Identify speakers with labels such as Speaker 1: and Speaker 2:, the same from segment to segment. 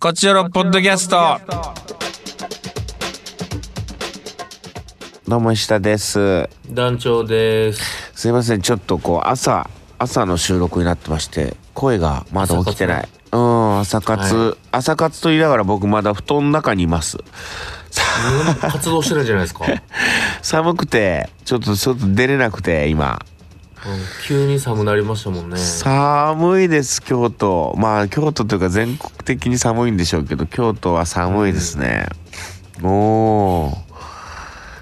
Speaker 1: こちらのポッドキャスト。
Speaker 2: どうも石田です。
Speaker 3: 団長です。
Speaker 2: すいません、ちょっとこう朝朝の収録になってまして、声がまだ起きてない。うん、朝活、朝活と言いながら僕まだ布団の中にいます。
Speaker 3: 何も活動してないじゃないですか。うん
Speaker 2: 寒くてちょっと外出れなくて今。
Speaker 3: 急に寒なりましたもんね。
Speaker 2: 寒いです京都。まあ京都というか全国的に寒いんでしょうけど、京都は寒いですね。おお。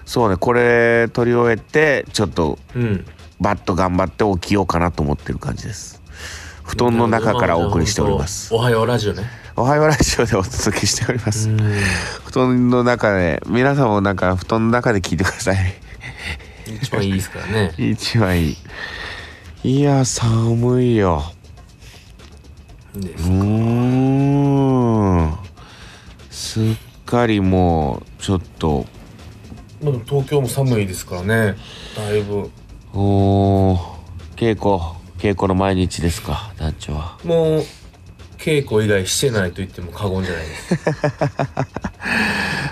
Speaker 2: そうね、これ撮り終えてちょっと
Speaker 3: うん。
Speaker 2: バッと頑張って起きようかなと思ってる感じです布団の中からお送りしております
Speaker 3: おはようラジオね。
Speaker 2: おはようラジオでお届けしておりま
Speaker 3: う
Speaker 2: す
Speaker 3: ん。
Speaker 2: 布団の中で皆さんもなんか布団の中で聞いてください
Speaker 3: 一番いいですからね。
Speaker 2: 一番いいいや寒いよ
Speaker 3: で
Speaker 2: うーんすっかりもうちょっと
Speaker 3: でも東京も寒いですからね。だいぶ。
Speaker 2: おー稽古稽古の毎日ですか団長は
Speaker 3: もう、稽古以外してないと言っても過言じゃないです。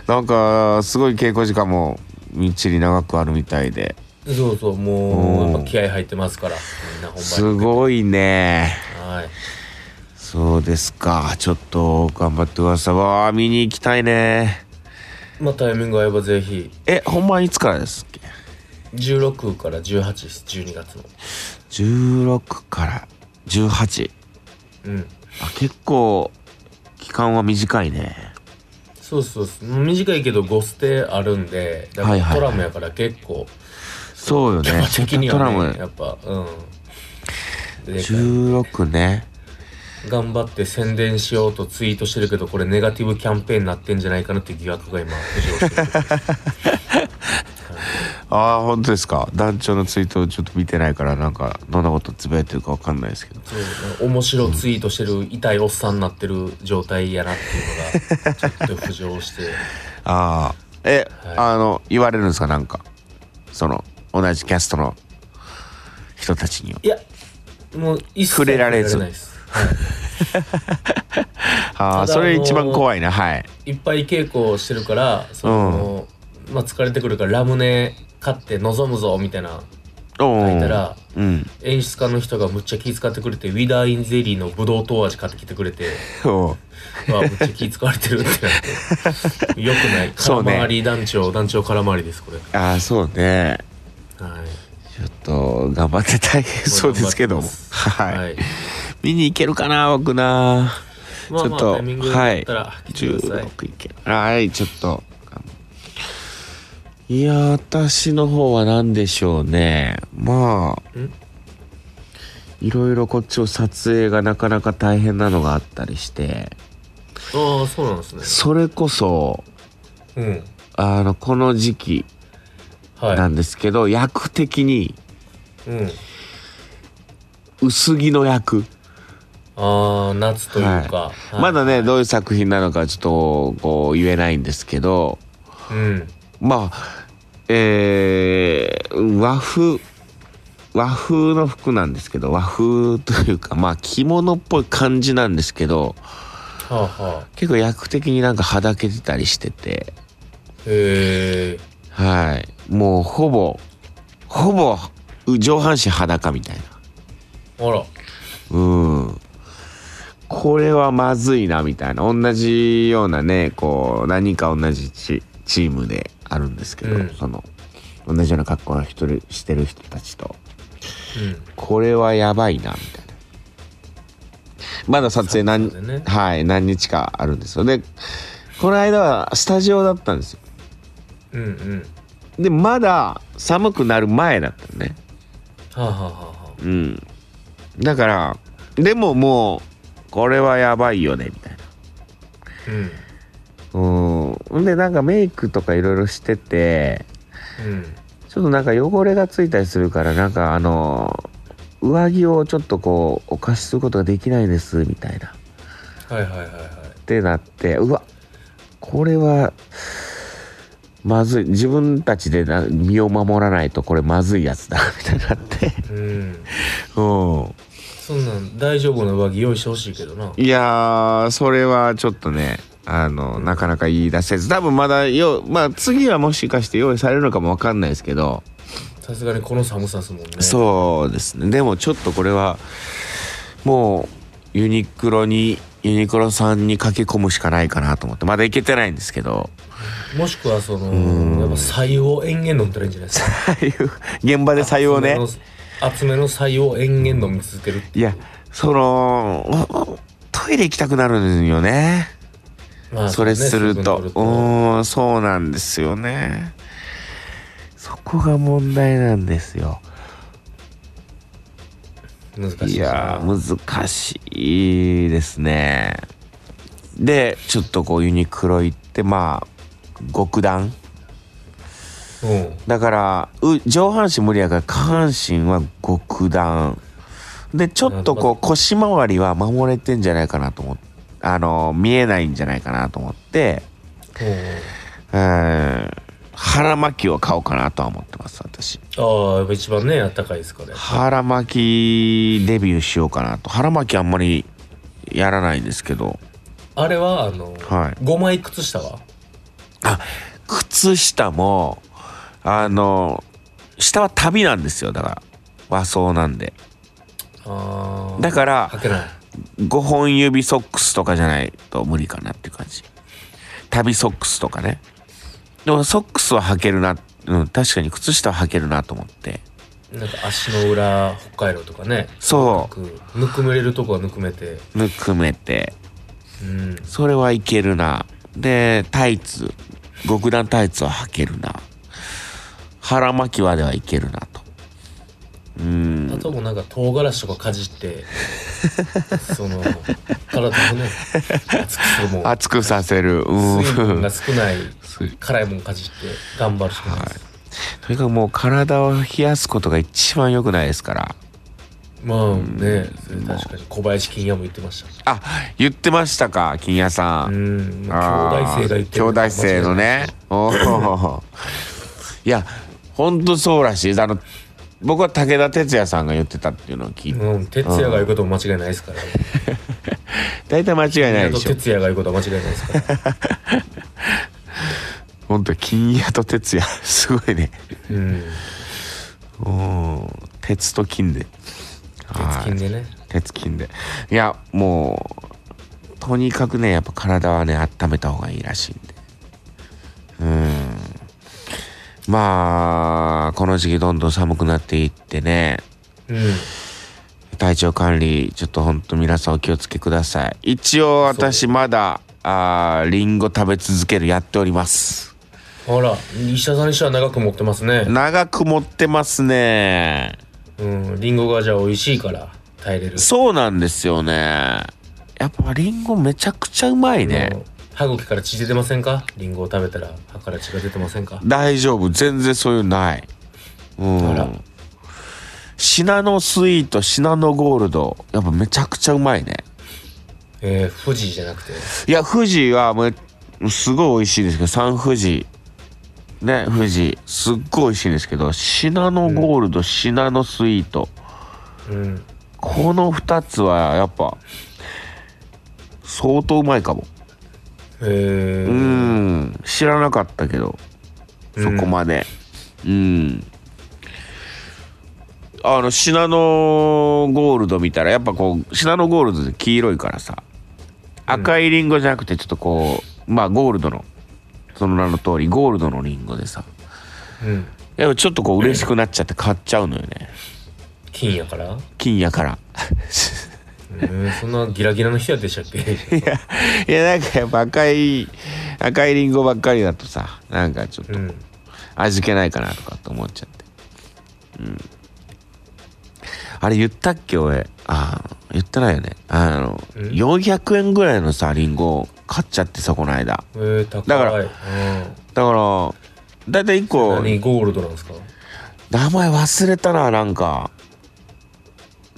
Speaker 2: なんかすごい稽古時間もみっちり長くあるみたいで
Speaker 3: そうそう、もう、
Speaker 2: おー
Speaker 3: やっぱ気合入ってますから。みんな
Speaker 2: す
Speaker 3: 本番
Speaker 2: ごいね
Speaker 3: はい。
Speaker 2: そうですかちょっと頑張ってくださいわあ見に行きたいね
Speaker 3: まあタイミング合えばぜひ、
Speaker 2: え本番いつからですっけ
Speaker 3: 16から18です、12月の。
Speaker 2: 16から18
Speaker 3: うん。
Speaker 2: あ結構期間は短いね
Speaker 3: そうそうそう短いけど5ステあるんでだか
Speaker 2: はい
Speaker 3: ら
Speaker 2: はい
Speaker 3: ト
Speaker 2: はい
Speaker 3: ラムやから結構
Speaker 2: そうよね
Speaker 3: 基本的に
Speaker 2: ト
Speaker 3: は
Speaker 2: ラ
Speaker 3: ね
Speaker 2: ム
Speaker 3: やっぱうんで
Speaker 2: 16ね
Speaker 3: 頑張って宣伝しようとツイートしてるけどこれネガティブキャンペーンになってんじゃないかなって疑惑が今浮上してる
Speaker 2: ああ本当ですか団長のツイートをちょっと見てないからなんかどんなことつぶやいてるかわかんないですけど
Speaker 3: そう面白ツイートしてる痛いおっさんになってる状態やなっていうのがちょっと浮 上して
Speaker 2: ああえ、
Speaker 3: はい
Speaker 2: あの言われるんですかなんかその同じキャストの人たちにはい
Speaker 3: やもう一切
Speaker 2: 触れられず
Speaker 3: ないです
Speaker 2: ああ
Speaker 3: ただ
Speaker 2: それ一
Speaker 3: あ
Speaker 2: 番
Speaker 3: のー
Speaker 2: 怖いなはい
Speaker 3: いっぱい稽古をしてるからその、まあ疲れてくるからラムネ買って望むぞみたいな
Speaker 2: お
Speaker 3: 書いた
Speaker 2: ー
Speaker 3: ら
Speaker 2: うん
Speaker 3: 演出家の人がむっちゃ気使ってくれてウィダーインゼリーのブドウ糖味買ってきて くれて
Speaker 2: おー
Speaker 3: わあむっちゃ気使われてるってなってよくない
Speaker 2: そう
Speaker 3: 空
Speaker 2: ね
Speaker 3: 回り団長、団長空回りですこれ
Speaker 2: ああそうね
Speaker 3: はい
Speaker 2: ちょっと頑張って大変 そうですけども
Speaker 3: 頑張ってます
Speaker 2: はい、
Speaker 3: はい
Speaker 2: 見に行けるかな僕な
Speaker 3: まあま
Speaker 2: ち
Speaker 3: あ
Speaker 2: ょっと
Speaker 3: タイミングだったら来てくださ
Speaker 2: 16
Speaker 3: い、
Speaker 2: 行けるはいちょっといや私の方は何でしょうねまあ
Speaker 3: ん
Speaker 2: いろいろこっちを撮影がなかなか大変なのがあったりして
Speaker 3: ああそうなんですね
Speaker 2: それこそ
Speaker 3: うん
Speaker 2: あのこの時期な
Speaker 3: は
Speaker 2: んですけど、役的に
Speaker 3: いうん
Speaker 2: 薄着の役、
Speaker 3: ああ夏というか、
Speaker 2: はい
Speaker 3: はい
Speaker 2: まだねどういう作品なのかちょっとこう言えないんですけど
Speaker 3: うん
Speaker 2: まあえー和風和風の服なんですけど和風というかまあ着物っぽい感じなんですけど
Speaker 3: はあはあ
Speaker 2: 結構役的になんかはだけてたりしてて
Speaker 3: へえ
Speaker 2: はいもうほぼほぼ上半身裸みたいな
Speaker 3: あら
Speaker 2: うんこれはまずいなみたいな同じようなねこう何か同じチチームであるんですけど、
Speaker 3: うん
Speaker 2: その同じような格好の人してる人たちと
Speaker 3: うん
Speaker 2: これはやばいなみたいなまだ撮影何,、
Speaker 3: 撮影ね
Speaker 2: はい、何日かあるんですよでこの間はスタジオだったんですよ
Speaker 3: うんうん
Speaker 2: でまだ寒くなる前だったのね
Speaker 3: はあ、はあはあは
Speaker 2: うんだからでももうこれはやばいよねみたいな
Speaker 3: あ、うん
Speaker 2: うん。で、なんかメイクとかいろいろしてて、
Speaker 3: うん
Speaker 2: ちょっとなんか汚れがついたりするから、なんかあの、上着をちょっとこう、お貸しすることができないです、みたいな。っ
Speaker 3: はいはいはいはい
Speaker 2: てなって、うわ、これは、まずい。自分たちでな 身を守らないと、これまずいやつだ、みたいになって。
Speaker 3: うん
Speaker 2: うん。
Speaker 3: そんなん大丈夫な上着用意してほしいけどない
Speaker 2: やーそれはちょっとねあのなかなか言い出せず多分まだよまあ次はもしかして用意されるのかもわかんないですけど、
Speaker 3: さすがにこの寒さですもんねう
Speaker 2: そうですねでもちょっとこれはもうユニクロにユニクロさんに駆け込むしかないかなと思ってまだ行けてないんですけ ど
Speaker 3: もしくはそのやっぱ採用延々飲んだらいいんじゃないですか
Speaker 2: ああいう現場で採用ね
Speaker 3: 厚めの採用延々飲み続ける
Speaker 2: いやそのおトイレ行きたくなるんよね
Speaker 3: まあ
Speaker 2: それすると,、
Speaker 3: そうね
Speaker 2: ーんそうなんですよねそこが問題なんですよ
Speaker 3: 水分取ると難しい
Speaker 2: いやー難しい
Speaker 3: しな
Speaker 2: ですねでちょっとこうユニクロ行ってまあ極段
Speaker 3: うん
Speaker 2: だからう上半身無理やから下半身は極段でちょっとこう腰回りは守れてんじゃないかなと思ってあの見えないんじゃないかなと思ってうん腹巻きを買おうかなとは思ってます私
Speaker 3: うんああやっぱ一番ねあったかいですから
Speaker 2: 腹巻きデビューしようかなと腹巻きあんまりやらないんですけど
Speaker 3: あれはあの、
Speaker 2: はい
Speaker 3: 5枚靴下は
Speaker 2: あ靴下もあの下は旅なんですよだから和装なんで
Speaker 3: ああ
Speaker 2: だから
Speaker 3: 履けない
Speaker 2: 5本指ソックスとかじゃないと無理かなっていう感じ旅ソックスとかねでもソックスは履けるな、うん、確かに靴下は履けるなと思って
Speaker 3: なんか足の裏北海道とかね
Speaker 2: そ
Speaker 3: こうぬくめれるとこはぬくめて
Speaker 2: うぬくめて
Speaker 3: うん
Speaker 2: それはいけるなでタイツ極段タイツは履けるな腹巻きまではいけるなとうん
Speaker 3: あともうなんか唐辛子とかかじって その体をね熱くするもん
Speaker 2: 熱くさせるうん
Speaker 3: 水分が少ない
Speaker 2: そ
Speaker 3: 辛いもんかじって頑張るしかないです、
Speaker 2: とにかくもう体を冷やすことが一番良くないですから
Speaker 3: まあねそれ確かに小林金也も言ってました
Speaker 2: あ言ってましたか金谷さ、
Speaker 3: うんんもう兄弟
Speaker 2: あー
Speaker 3: 生が言ってる
Speaker 2: 兄弟生のねおおいやほんとそうらしいですあの僕は武田鉄矢さんが言ってたっていうのを聞いて
Speaker 3: うん哲也が言うことも間違いないですから
Speaker 2: 大体間違いないでしょ
Speaker 3: 哲也が言うことは間違いないです から
Speaker 2: ほんと金谷と鉄矢 すごいね
Speaker 3: うん
Speaker 2: うん鉄と金で
Speaker 3: 鉄筋でね
Speaker 2: 鉄金でいやもうとにかくねやっぱ体はね温めた方がいいらしいんでうんまあこの時期どんどん寒くなっていってね
Speaker 3: うん
Speaker 2: 体調管理ちょっとほんと皆さんお気をつけください一応私まだあーリンゴ食べ続けるやっております
Speaker 3: あら医者さんにしては長く持ってますね
Speaker 2: 長く持ってますね
Speaker 3: うんリンゴがじゃあ美味しいから耐えれる
Speaker 2: そうなんですよねやっぱリンゴめちゃくちゃうまいね、
Speaker 3: もう歯茎から血出てませんかリンゴを食べたら歯から血が出てませんか
Speaker 2: 大丈夫全然そういうのないうん
Speaker 3: あら
Speaker 2: シナノスイートシナノゴールドやっぱめちゃくちゃうまいね
Speaker 3: えー、富士じゃなくて
Speaker 2: いや富士はもうすごい美味しいですけど三富士ね富士すっごい美味しいんですけどシナノゴールド、シナノスイート
Speaker 3: うん
Speaker 2: この2つはやっぱ相当うまいかも
Speaker 3: えー、
Speaker 2: うん知らなかったけどそこまでうん、あのシナノゴールド見たらやっぱこうシナノゴールドって黄色いからさ赤いリンゴじゃなくてちょっとこうまあゴールドのその名の通りゴールドのリンゴでさ
Speaker 3: うん
Speaker 2: やっぱちょっとこう嬉しくなっちゃって買っちゃうのよね
Speaker 3: 金やから
Speaker 2: 金やから
Speaker 3: えー、そんなギラギラの人やでしたっけ
Speaker 2: いやなんかやっぱ赤い赤いリンゴばっかりだとさなんかちょっと
Speaker 3: うん
Speaker 2: 味気ないかなとかって思っちゃってうんあれ言ったっけ俺ああ言ってないよねあの400円ぐらいのさリンゴを買っちゃってさこの間
Speaker 3: えー、高い
Speaker 2: だから
Speaker 3: うん、
Speaker 2: だからだいたい1個
Speaker 3: 何ゴールドなんですか
Speaker 2: 名前忘れたななんか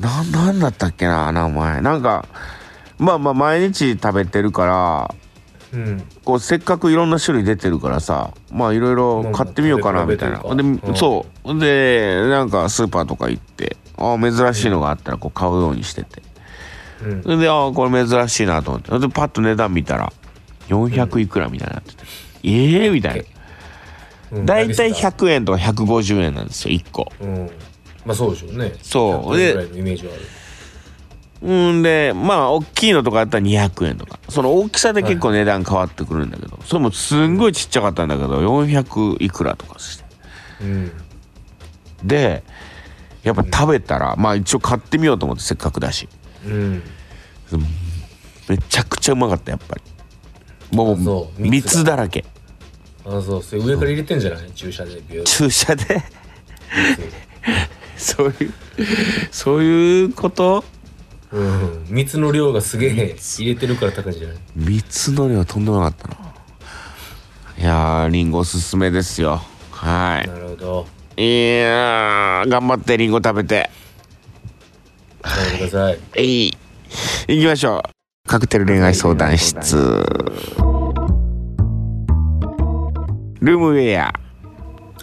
Speaker 2: ななんだったっけな名前なんかまあまあ毎日食べてるから
Speaker 3: うん
Speaker 2: こうせっかくいろんな種類出てるからさまあいろいろ買ってみようかなみたいな
Speaker 3: まあまあ
Speaker 2: で
Speaker 3: 食べ比べというか
Speaker 2: そうでなんかスーパーとか行ってあ珍しいのがあったらこう買うようにしてて
Speaker 3: うん
Speaker 2: それであこれ珍しいなと思ってそれでパッと値段見たら400いくらみたいになってて、ええみたいな
Speaker 3: うん
Speaker 2: 大体
Speaker 3: 投げ捨て
Speaker 2: 100円とか150円なんですよ1個
Speaker 3: たうんまあそうでしょうね
Speaker 2: そう
Speaker 3: 100
Speaker 2: で
Speaker 3: ぐらいのイメージはある
Speaker 2: うんでまあ大きいのとかだったら200円とかその大きさで結構値段変わってくるんだけど、それもすんごいちっちゃかったんだけど400いくらとかして
Speaker 3: うん
Speaker 2: でやっぱ食べたら、まあ一応買ってみようと思ってせっかくだし
Speaker 3: うん
Speaker 2: めちゃくちゃうまかったやっぱりも
Speaker 3: あそうう
Speaker 2: 蜜
Speaker 3: 蜜
Speaker 2: だらけ
Speaker 3: あそうそれ上から入れてんじゃない注射でビューッ
Speaker 2: 注射で
Speaker 3: て
Speaker 2: そういうそういうこと
Speaker 3: うん蜜の量がすげえ入れてるから高いんじゃない
Speaker 2: 蜜の量とんでもなかったないやーリンゴおすすめですよはい
Speaker 3: なるほど
Speaker 2: いやー頑張ってリンゴ食べて
Speaker 3: 食べてください
Speaker 2: えい行きましょうカクテル恋愛相談室ルームウェア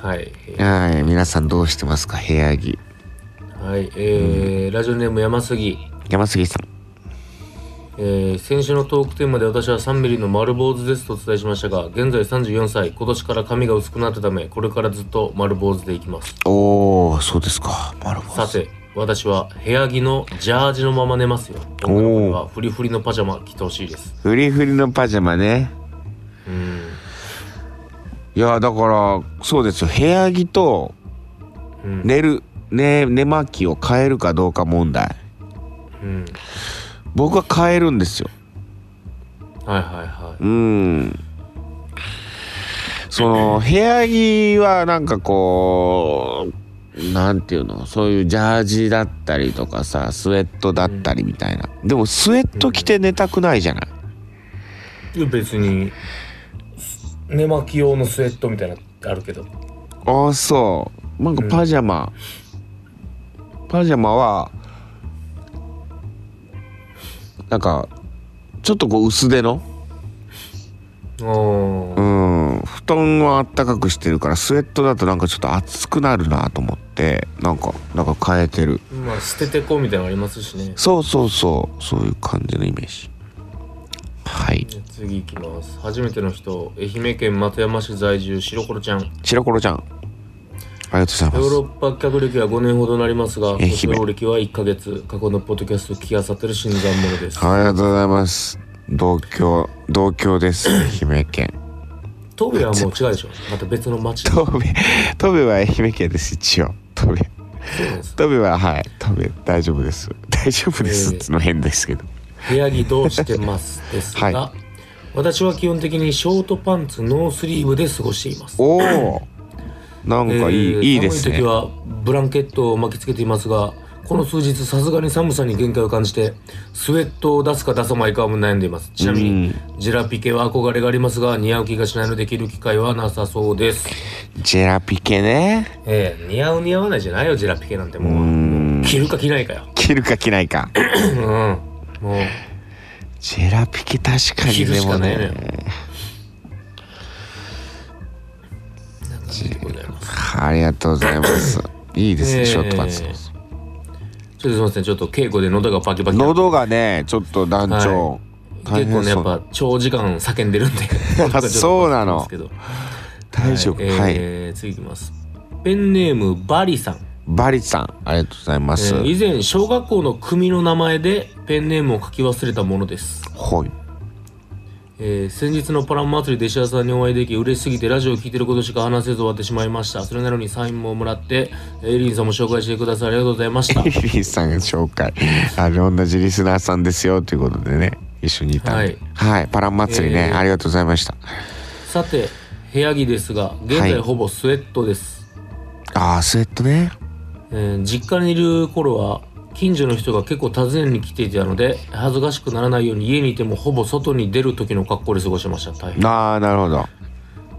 Speaker 3: はい
Speaker 2: はい皆さんどうしてますか部屋着
Speaker 3: はいえーラジオネーム山杉
Speaker 2: 山杉さん
Speaker 3: えー先週のトークテーマで私は3ミリの丸坊主ですとお伝えしましたが現在34歳今年から髪が薄くなったためこれからずっと丸坊主でいきます
Speaker 2: おおそうですかなるほど
Speaker 3: さて私は部屋着のジャージのまま寝ますよ女の子にはフリフリのパジャマ着てほしいです
Speaker 2: フリフリのパジャマね
Speaker 3: うん
Speaker 2: いやだからそうですよ部屋着と
Speaker 3: うん
Speaker 2: 寝る、ね、寝巻きを変えるかどうか問題
Speaker 3: うん
Speaker 2: 僕は変えるんですよ
Speaker 3: はいはいは
Speaker 2: うんその部屋着はなんかこうなんていうのそういうジャージだったりとかさスウェットだったりみたいな、でもスウェット着て寝たくないじゃない、
Speaker 3: いいや別に寝巻き用のスウェットみたいなのあるけど
Speaker 2: ああそうなんかパジャマ、パジャマはなんかちょっとこう薄手の
Speaker 3: お
Speaker 2: う
Speaker 3: ー
Speaker 2: ん布団はあったかくしてるからスウェットだとなんかちょっと暑くなるなと思ってなんかなんか変えてる
Speaker 3: まあ捨ててこうみたいなのありますしね
Speaker 2: そうそうそうそういう感じのイメージはい
Speaker 3: 次行きます初めての人愛媛県松山市在住白コロちゃん
Speaker 2: 白コロちゃんありがとうございま
Speaker 3: ヨー
Speaker 2: す
Speaker 3: ロッパ客歴は5年ほどなりますが
Speaker 2: 愛媛
Speaker 3: 卒業歴は1ヶ月過去のポッドキャストを聞きあさってる新参者です
Speaker 2: ありがとうございます同郷同郷です愛媛県
Speaker 3: トビはもう違うでしょまた別の町そ
Speaker 2: トベトベは愛媛県です一応トベ
Speaker 3: うなんです
Speaker 2: トベははいトベ大丈夫です大丈夫ですっての変ですけど
Speaker 3: 部屋着どうしてますです が、
Speaker 2: は
Speaker 3: 私は基本的にショートパンツノースリーブで過ごしています
Speaker 2: おおなんかいい、
Speaker 3: えー
Speaker 2: いいです
Speaker 3: 寒い
Speaker 2: ね
Speaker 3: 時はブランケットを巻きつけていますがこの数日さすがに寒さに限界を感じてスウェットを出すか出さないかも悩んでいますちなみに、ジェラピケは憧れがありますが似合う気がしないので着る機会はなさそうです
Speaker 2: ジェラピケね
Speaker 3: ええ似合う似合わないじゃないよジェラピケなんてもう着るか着ないかよ
Speaker 2: 着るか着ないか
Speaker 3: うんもう
Speaker 2: ジェラピケ確かに
Speaker 3: 着る
Speaker 2: で
Speaker 3: し
Speaker 2: も
Speaker 3: かな
Speaker 2: ね
Speaker 3: いのよなんかでございます
Speaker 2: ありがとうございます いいですね、
Speaker 3: えー
Speaker 2: ショートパンツ
Speaker 3: ちょっとすいませんちょっと稽古で喉がパキパキなんで
Speaker 2: 喉がねちょっと団長、大
Speaker 3: 結
Speaker 2: 変
Speaker 3: 構ねやっ
Speaker 2: そう
Speaker 3: ぱ長時間叫んでるんで
Speaker 2: そうなの
Speaker 3: ちょっと
Speaker 2: 大丈夫
Speaker 3: えー
Speaker 2: はい、
Speaker 3: 次いきますペンネームバリさん、
Speaker 2: バリさんありがとうございま
Speaker 3: え
Speaker 2: す、
Speaker 3: ー以前小学校の組の名前でペンネームを書き忘れたものです、
Speaker 2: はい
Speaker 3: えー先日のパラン祭りで石田さんにお会いでき嬉しすぎてラジオを聞いてることしか話せず終わってしまいましたそれなのにサインももらってえーエリンさんも紹介してくださいありがとうございました
Speaker 2: リリーさんが紹介あの同じリスナーさんですよということでね一緒にいたんではい、パラン祭りね、
Speaker 3: えー
Speaker 2: ありがとうございました
Speaker 3: さて部屋着ですが現在ほぼスウェットです、
Speaker 2: ああスウェットね
Speaker 3: えー実家にいる頃は近所の人が結構訪ねに来ていたので恥ずかしくならないように家にいてもほぼ外に出る時の格好で過ごしてました大変、
Speaker 2: ああなるほど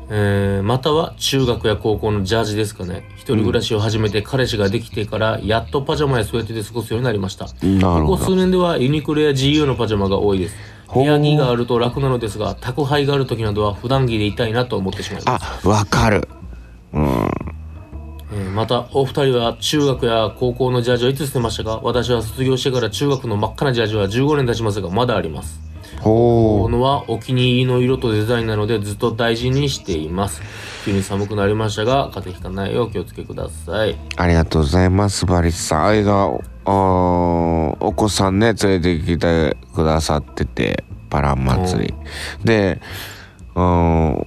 Speaker 3: えーまたは中学や高校のジャージですかね一人暮らしを始めて彼氏ができてからやっとパジャマやスウェットで過ごすようになりました
Speaker 2: なるほ
Speaker 3: ここ
Speaker 2: ど
Speaker 3: 数年ではユニクロや GU のパジャマが多いです
Speaker 2: ほう
Speaker 3: 部屋着があると楽なのですが宅配がある時などは普段着でいたいなと思ってしまいます
Speaker 2: あわかる
Speaker 3: えーまたお二人は中学や高校のジャージはいつ捨てましたか私は卒業してから中学の真っ赤なジャージは15年経ちますがまだあります
Speaker 2: ほ
Speaker 3: こ
Speaker 2: う
Speaker 3: のはお気に入りの色とデザインなのでずっと大事にしています急に寒くなりましたが風邪ひかないようお気をつけください
Speaker 2: ありがとうございますバリスさんあれがおあーお子さんね連れてきてくださっててパラン祭りでうん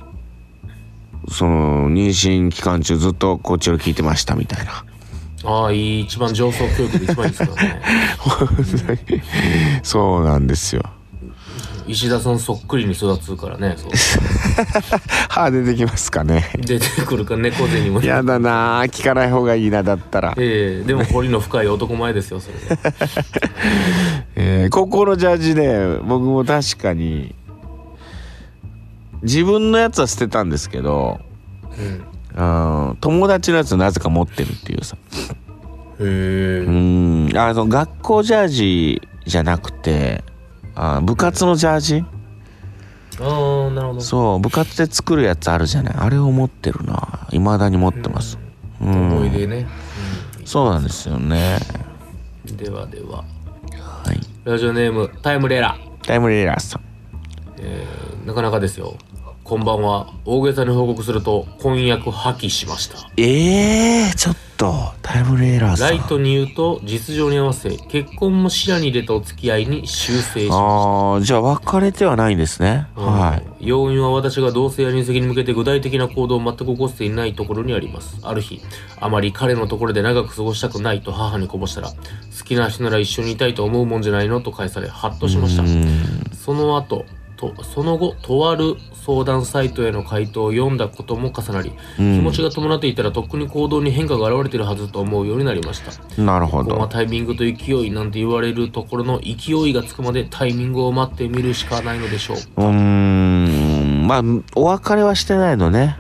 Speaker 2: その妊娠期間中ずっとこっちを聞いてましたみたい な
Speaker 3: ああいい一番上層教育で一番いいですからね
Speaker 2: そうなんですよ
Speaker 3: 石田さんそっくりに育つからねそう
Speaker 2: 歯出てきますかね
Speaker 3: 出てくるか猫背にも ね
Speaker 2: やだなあ聞かない方がいいなだったら、
Speaker 3: ええでも彫りの深い男前ですよそれは
Speaker 2: えー高校のジャージで僕も確かに自分のやつは捨てたんですけど
Speaker 3: うん
Speaker 2: うん友達のやつなぜか持ってるっていうさう
Speaker 3: へえ
Speaker 2: んあの学校ジャージじゃなくてあ部活のジャージ
Speaker 3: ああなるほど
Speaker 2: そう部活で作るやつあるじゃないあれを持ってるな未だに持ってますうん
Speaker 3: 思い出ね、
Speaker 2: そうなんですよね
Speaker 3: うん、ではでは
Speaker 2: はい
Speaker 3: ラジオネームタイムレーラ
Speaker 2: タイムリーラーさん
Speaker 3: ーなかなかですよこんばんは大げさに報告すると婚約破棄しました
Speaker 2: えー、ちょっとタイムリーラーさん
Speaker 3: ライトに言うと実情に合わせ結婚も視野に入れたお付き合いに修正しまし
Speaker 2: ああじゃあ別れてはないんですね、
Speaker 3: た
Speaker 2: は
Speaker 3: うん要因は私が同性や入籍に向けて具体的な行動を全く起こしていないところにありますある日あまり彼のところで長く過ごしたくないと母にこぼしたら好きな人なら一緒にいたいと思うもんじゃないのと返されハッとしました
Speaker 2: いうん
Speaker 3: その後とその後とある相談サイトへの回答を読んだことも重なり、
Speaker 2: うん
Speaker 3: 気持ちが伴っていたらとっくに行動に変化が現れているはずと思うようになりました
Speaker 2: なるほ
Speaker 3: ここは
Speaker 2: ど
Speaker 3: タイミングと勢いなんて言われるところの勢いがつくまでタイミングを待ってみるしかないのでしょう
Speaker 2: うーんまあお別れはしてないのね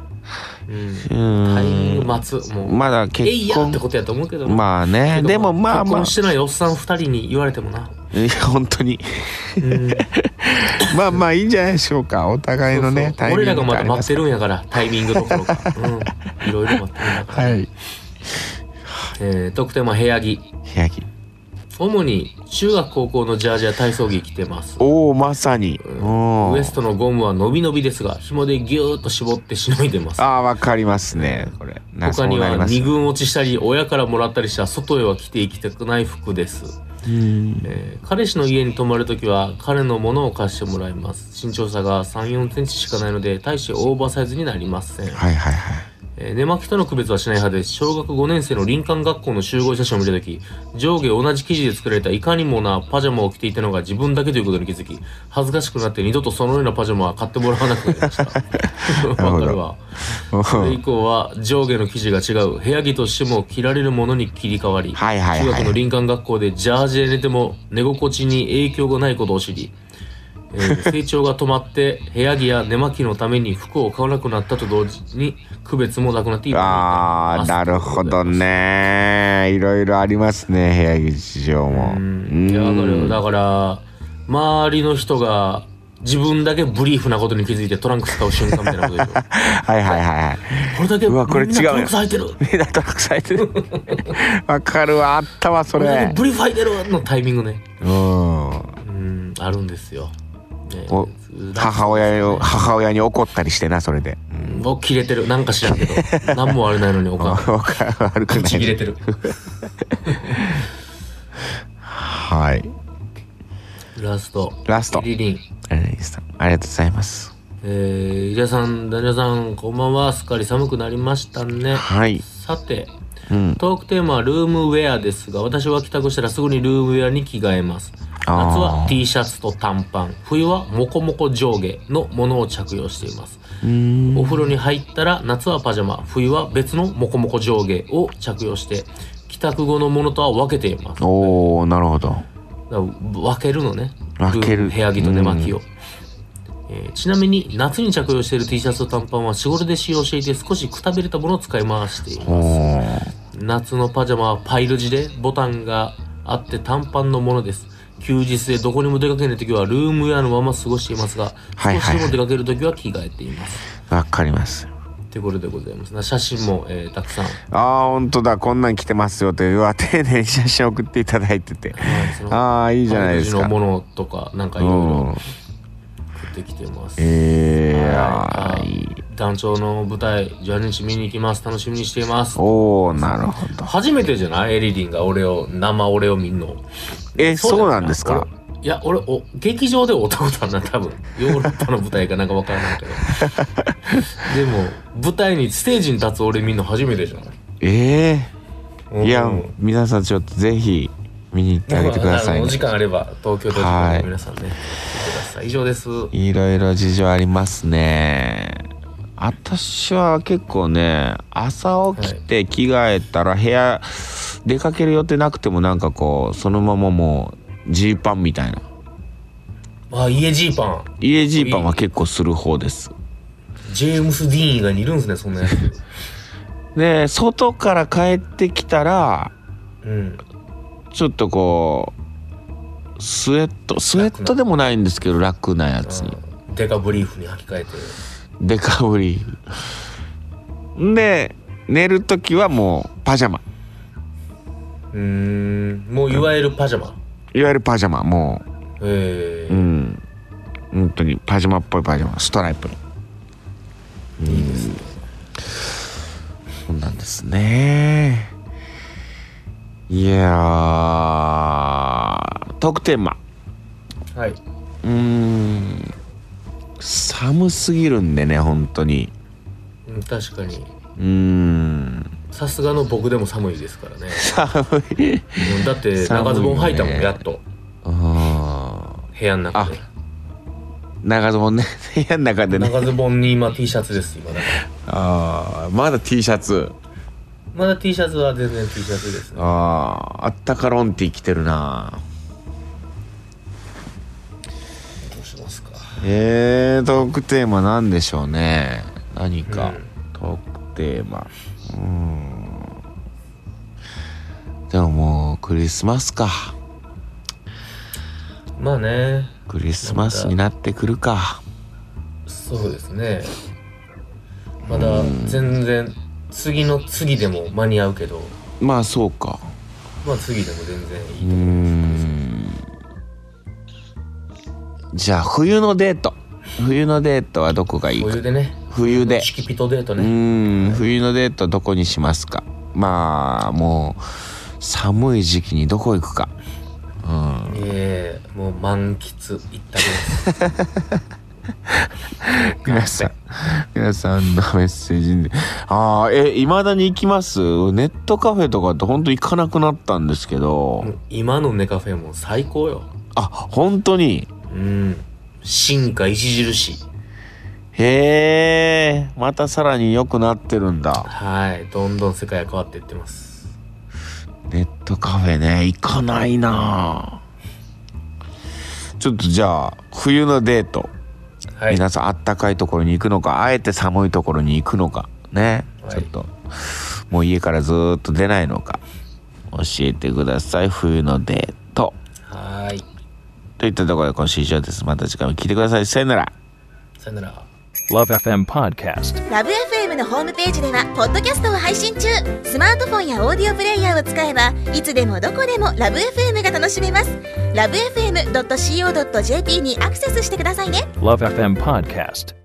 Speaker 3: うん
Speaker 2: う
Speaker 3: タイミング
Speaker 2: ーん
Speaker 3: 待つもう、
Speaker 2: まだ
Speaker 3: え
Speaker 2: 結
Speaker 3: いやっ
Speaker 2: 婚
Speaker 3: てことやと思うけどな
Speaker 2: まあね
Speaker 3: けど
Speaker 2: でもまあ
Speaker 3: 結
Speaker 2: まあ
Speaker 3: 婚してないおっさん二人に言われてもな、
Speaker 2: いや本当に
Speaker 3: うん
Speaker 2: まあまあいいんじゃないでしょうかお互いのね
Speaker 3: そうそ
Speaker 2: タイ
Speaker 3: う
Speaker 2: ミング
Speaker 3: 俺らがまだ
Speaker 2: あり
Speaker 3: 待
Speaker 2: ま
Speaker 3: ってるんやからタイミングどこ ろか、うん、いろいろ待ってるんだから、
Speaker 2: はい
Speaker 3: えー、特典は部屋着
Speaker 2: 部屋着
Speaker 3: 主に中学高校のジャージや体操着着てます
Speaker 2: おおまさにお
Speaker 3: ウ
Speaker 2: ー
Speaker 3: エストのゴムは伸び伸びですが紐でギューッと絞ってしのいでます
Speaker 2: ああわかりますねこれな
Speaker 3: 他
Speaker 2: そ
Speaker 3: に
Speaker 2: うなり
Speaker 3: は
Speaker 2: ます
Speaker 3: 二軍落ちしたり親からもらったりした外へは着ていきたくない服です、
Speaker 2: うん
Speaker 3: えー彼氏の家に泊まるときは彼のものを貸してもらいます身長差が3 4センチしかないので大してオーバーサイズになりません、
Speaker 2: はいはいはい
Speaker 3: えー寝巻きとの区別はしない派です小学5年生の林間学校の集合写真を見たとき上下同じ生地で作られたいかにもなパジャマを着ていたのが自分だけということに気づき恥ずかしくなって二度とそのようなパジャマは買ってもらわなくなり ました わかるわそれ以降は上下の生地が違う部屋着としても着られるものに切り替わり、
Speaker 2: はいはいはい
Speaker 3: 中学の林間学校でジャージで寝ても寝心地に影響がないことを知り、えー成長が止まって部屋着や寝巻きのために服を買わなくなったと同時に区別もなくなってい
Speaker 2: ああなるほどねいろいろありますね部屋着事情も
Speaker 3: うんいやわかるよだから周りの人が自分だけブリーフなことに気づいてトランクス買う瞬間みたいなことで しょ
Speaker 2: はいはいはいはい
Speaker 3: これだけ
Speaker 2: うわこれ違う
Speaker 3: みんな
Speaker 2: よ
Speaker 3: トランクス履いてる
Speaker 2: 目立たなくされてるわかるわあったわそ
Speaker 3: これだけ
Speaker 2: れ
Speaker 3: ブリーフ履いてるのタイミングね
Speaker 2: うん
Speaker 3: うんあるんですよ、ね
Speaker 2: お母親を母親に怒ったりしてなそれで
Speaker 3: を切れてるなんか知らん けど何もあれないのにお
Speaker 2: わ
Speaker 3: か
Speaker 2: かる悪くな
Speaker 3: んちぎれ
Speaker 2: い
Speaker 3: てる
Speaker 2: はい
Speaker 3: ラスト
Speaker 2: ラスト
Speaker 3: リリン
Speaker 2: ありがとうございますありがとうございます
Speaker 3: えー、イラさんダニラさんこんばんはすっかり寒くなりましたね
Speaker 2: はい
Speaker 3: さて
Speaker 2: うん
Speaker 3: トークテーマはルームウェアですが私は帰宅したらすぐにルームウェアに着替えます夏
Speaker 2: あー
Speaker 3: は T シャツと短パン冬はモコモコ上下のものを着用しています
Speaker 2: うん
Speaker 3: お風呂に入ったら夏はパジャマ冬は別のモコモコ上下を着用して帰宅後のものとは分けています
Speaker 2: おおなるほど
Speaker 3: だから分けるのね
Speaker 2: 分ける
Speaker 3: 部屋着と寝巻きを、えーちなみに夏に着用している T シャツと短パンは仕事で使用していて少しくたびれたものを使い回してい
Speaker 2: お
Speaker 3: ます
Speaker 2: お
Speaker 3: 夏のパジャマはパイル地でボタンがあって短パンのものです休日でどこにも出かけない時はルームウェアのまま過ごしていますが
Speaker 2: はい
Speaker 3: 少し
Speaker 2: はい
Speaker 3: でも出かける時は着替えています、
Speaker 2: わかります
Speaker 3: ということでございますな写真も、えーたくさん、はい、
Speaker 2: ああ本当だこんなん来てますよといううわ丁寧に写真送っていただいてて
Speaker 3: その
Speaker 2: ああいいじゃないです
Speaker 3: 彼
Speaker 2: か
Speaker 3: 女のものとかなんかいろいろ出てきてます、
Speaker 2: ええー、
Speaker 3: は
Speaker 2: あーいい
Speaker 3: い団長の舞台12日見に行きます楽しみにしています
Speaker 2: おおなるほど
Speaker 3: 初めてじゃないエリリンが俺を生俺を見んの
Speaker 2: えそうなんですか
Speaker 3: 俺いや俺お劇場で会ったことあるな多分ヨーロッパの舞台かなんか分からないけど でも舞台にステージに立つ俺見んの初めてじゃない
Speaker 2: ええ
Speaker 3: うん
Speaker 2: いや皆さんちょっとぜひ見に行ってあげてくださ
Speaker 3: まああ
Speaker 2: い
Speaker 3: のお
Speaker 2: ね
Speaker 3: 時間あれば東京都市
Speaker 2: は
Speaker 3: の
Speaker 2: い
Speaker 3: 皆さんね見てください以上です
Speaker 2: いろいろ事情ありますね私は結構ね朝起きて着替えたら部屋出かける予定なくてもなんかこうそのままもうジーパンみたいな
Speaker 3: あ家ジーパン
Speaker 2: 家ジーパンは結構する方です
Speaker 3: ジェームス・ディーン以外にいるんですねそんな やつ
Speaker 2: で外から帰ってきたら
Speaker 3: うん
Speaker 2: ちょっとこうスウェットスウェットでもないんですけど楽なやつに
Speaker 3: デカブリーフに履き替えて
Speaker 2: デカぶりで寝る時はもうパジャマ
Speaker 3: うーんもういわゆるパジャマ
Speaker 2: いわゆるパジャマも
Speaker 3: え
Speaker 2: ううん本当にパジャマっぽいパジャマストライプの
Speaker 3: えいいですね
Speaker 2: そうなんですねいやー特典マ
Speaker 3: はいう
Speaker 2: ーん寒すぎるんでね本当に
Speaker 3: うん確かに
Speaker 2: うーん
Speaker 3: さすがの僕でも寒いですからね
Speaker 2: 寒い
Speaker 3: うんだって
Speaker 2: 寒いよね
Speaker 3: 長ズボン履いたもんやっと
Speaker 2: あ
Speaker 3: 部屋の中で
Speaker 2: ー長ズボンね 部屋の中でね
Speaker 3: 長ズボンに今 T シャツです今だから
Speaker 2: ああまだ T シャツ
Speaker 3: まだ T シャツは全然 T シャツですね
Speaker 2: あああったかロンティー着てるな
Speaker 3: どうしますか
Speaker 2: えー、トークテーマなんでしょうね何か、
Speaker 3: うん
Speaker 2: トークテーマうーんでももうクリスマスか
Speaker 3: まあね
Speaker 2: クリスマスになってくるか
Speaker 3: そうですねまだ全然次の次でも間に合うけど
Speaker 2: まあそうか
Speaker 3: まあ次でも全然いいと
Speaker 2: うー
Speaker 3: 思う、
Speaker 2: んじゃあ冬のデート冬のデートはどこがいい
Speaker 3: お
Speaker 2: か
Speaker 3: 湯でね
Speaker 2: 冬で
Speaker 3: 敷ピトデート
Speaker 2: う
Speaker 3: ね、
Speaker 2: ーん冬のデートどこにしますかまあもう寒い時期にどこ行くかうん
Speaker 3: ええもう満喫一択です
Speaker 2: 皆さん皆さんのメッセージでああえいまだに行きますネットカフェとかって本当行かなくなったんですけど、
Speaker 3: もう今のネカフェも最高よ
Speaker 2: あ本当に
Speaker 3: うん進化著しい
Speaker 2: へえまたさらに良くなってるんだ
Speaker 3: はいどんどん世界が変わっていってます
Speaker 2: ネットカフェね行かないなちょっとじゃあ冬のデート
Speaker 3: はい
Speaker 2: 皆さんあったかいところに行くのかあえて寒いところに行くのかね、
Speaker 3: はい
Speaker 2: ちょっともう家からずーっと出ないのか教えてください冬のデート
Speaker 3: はーい
Speaker 2: といったところで今週以上ですまた次回も聞いてくださいさよなら
Speaker 3: さよなら
Speaker 1: Love FM Podcast.
Speaker 4: ラブ f m のホームページではポッドキャストを配信中スマートフォンやオーディオプレイヤーを使えばいつでもどこでもラブ f m が楽しめますラブ FM.co.jp にアクセスしてくださいね
Speaker 1: Love FM Podcast.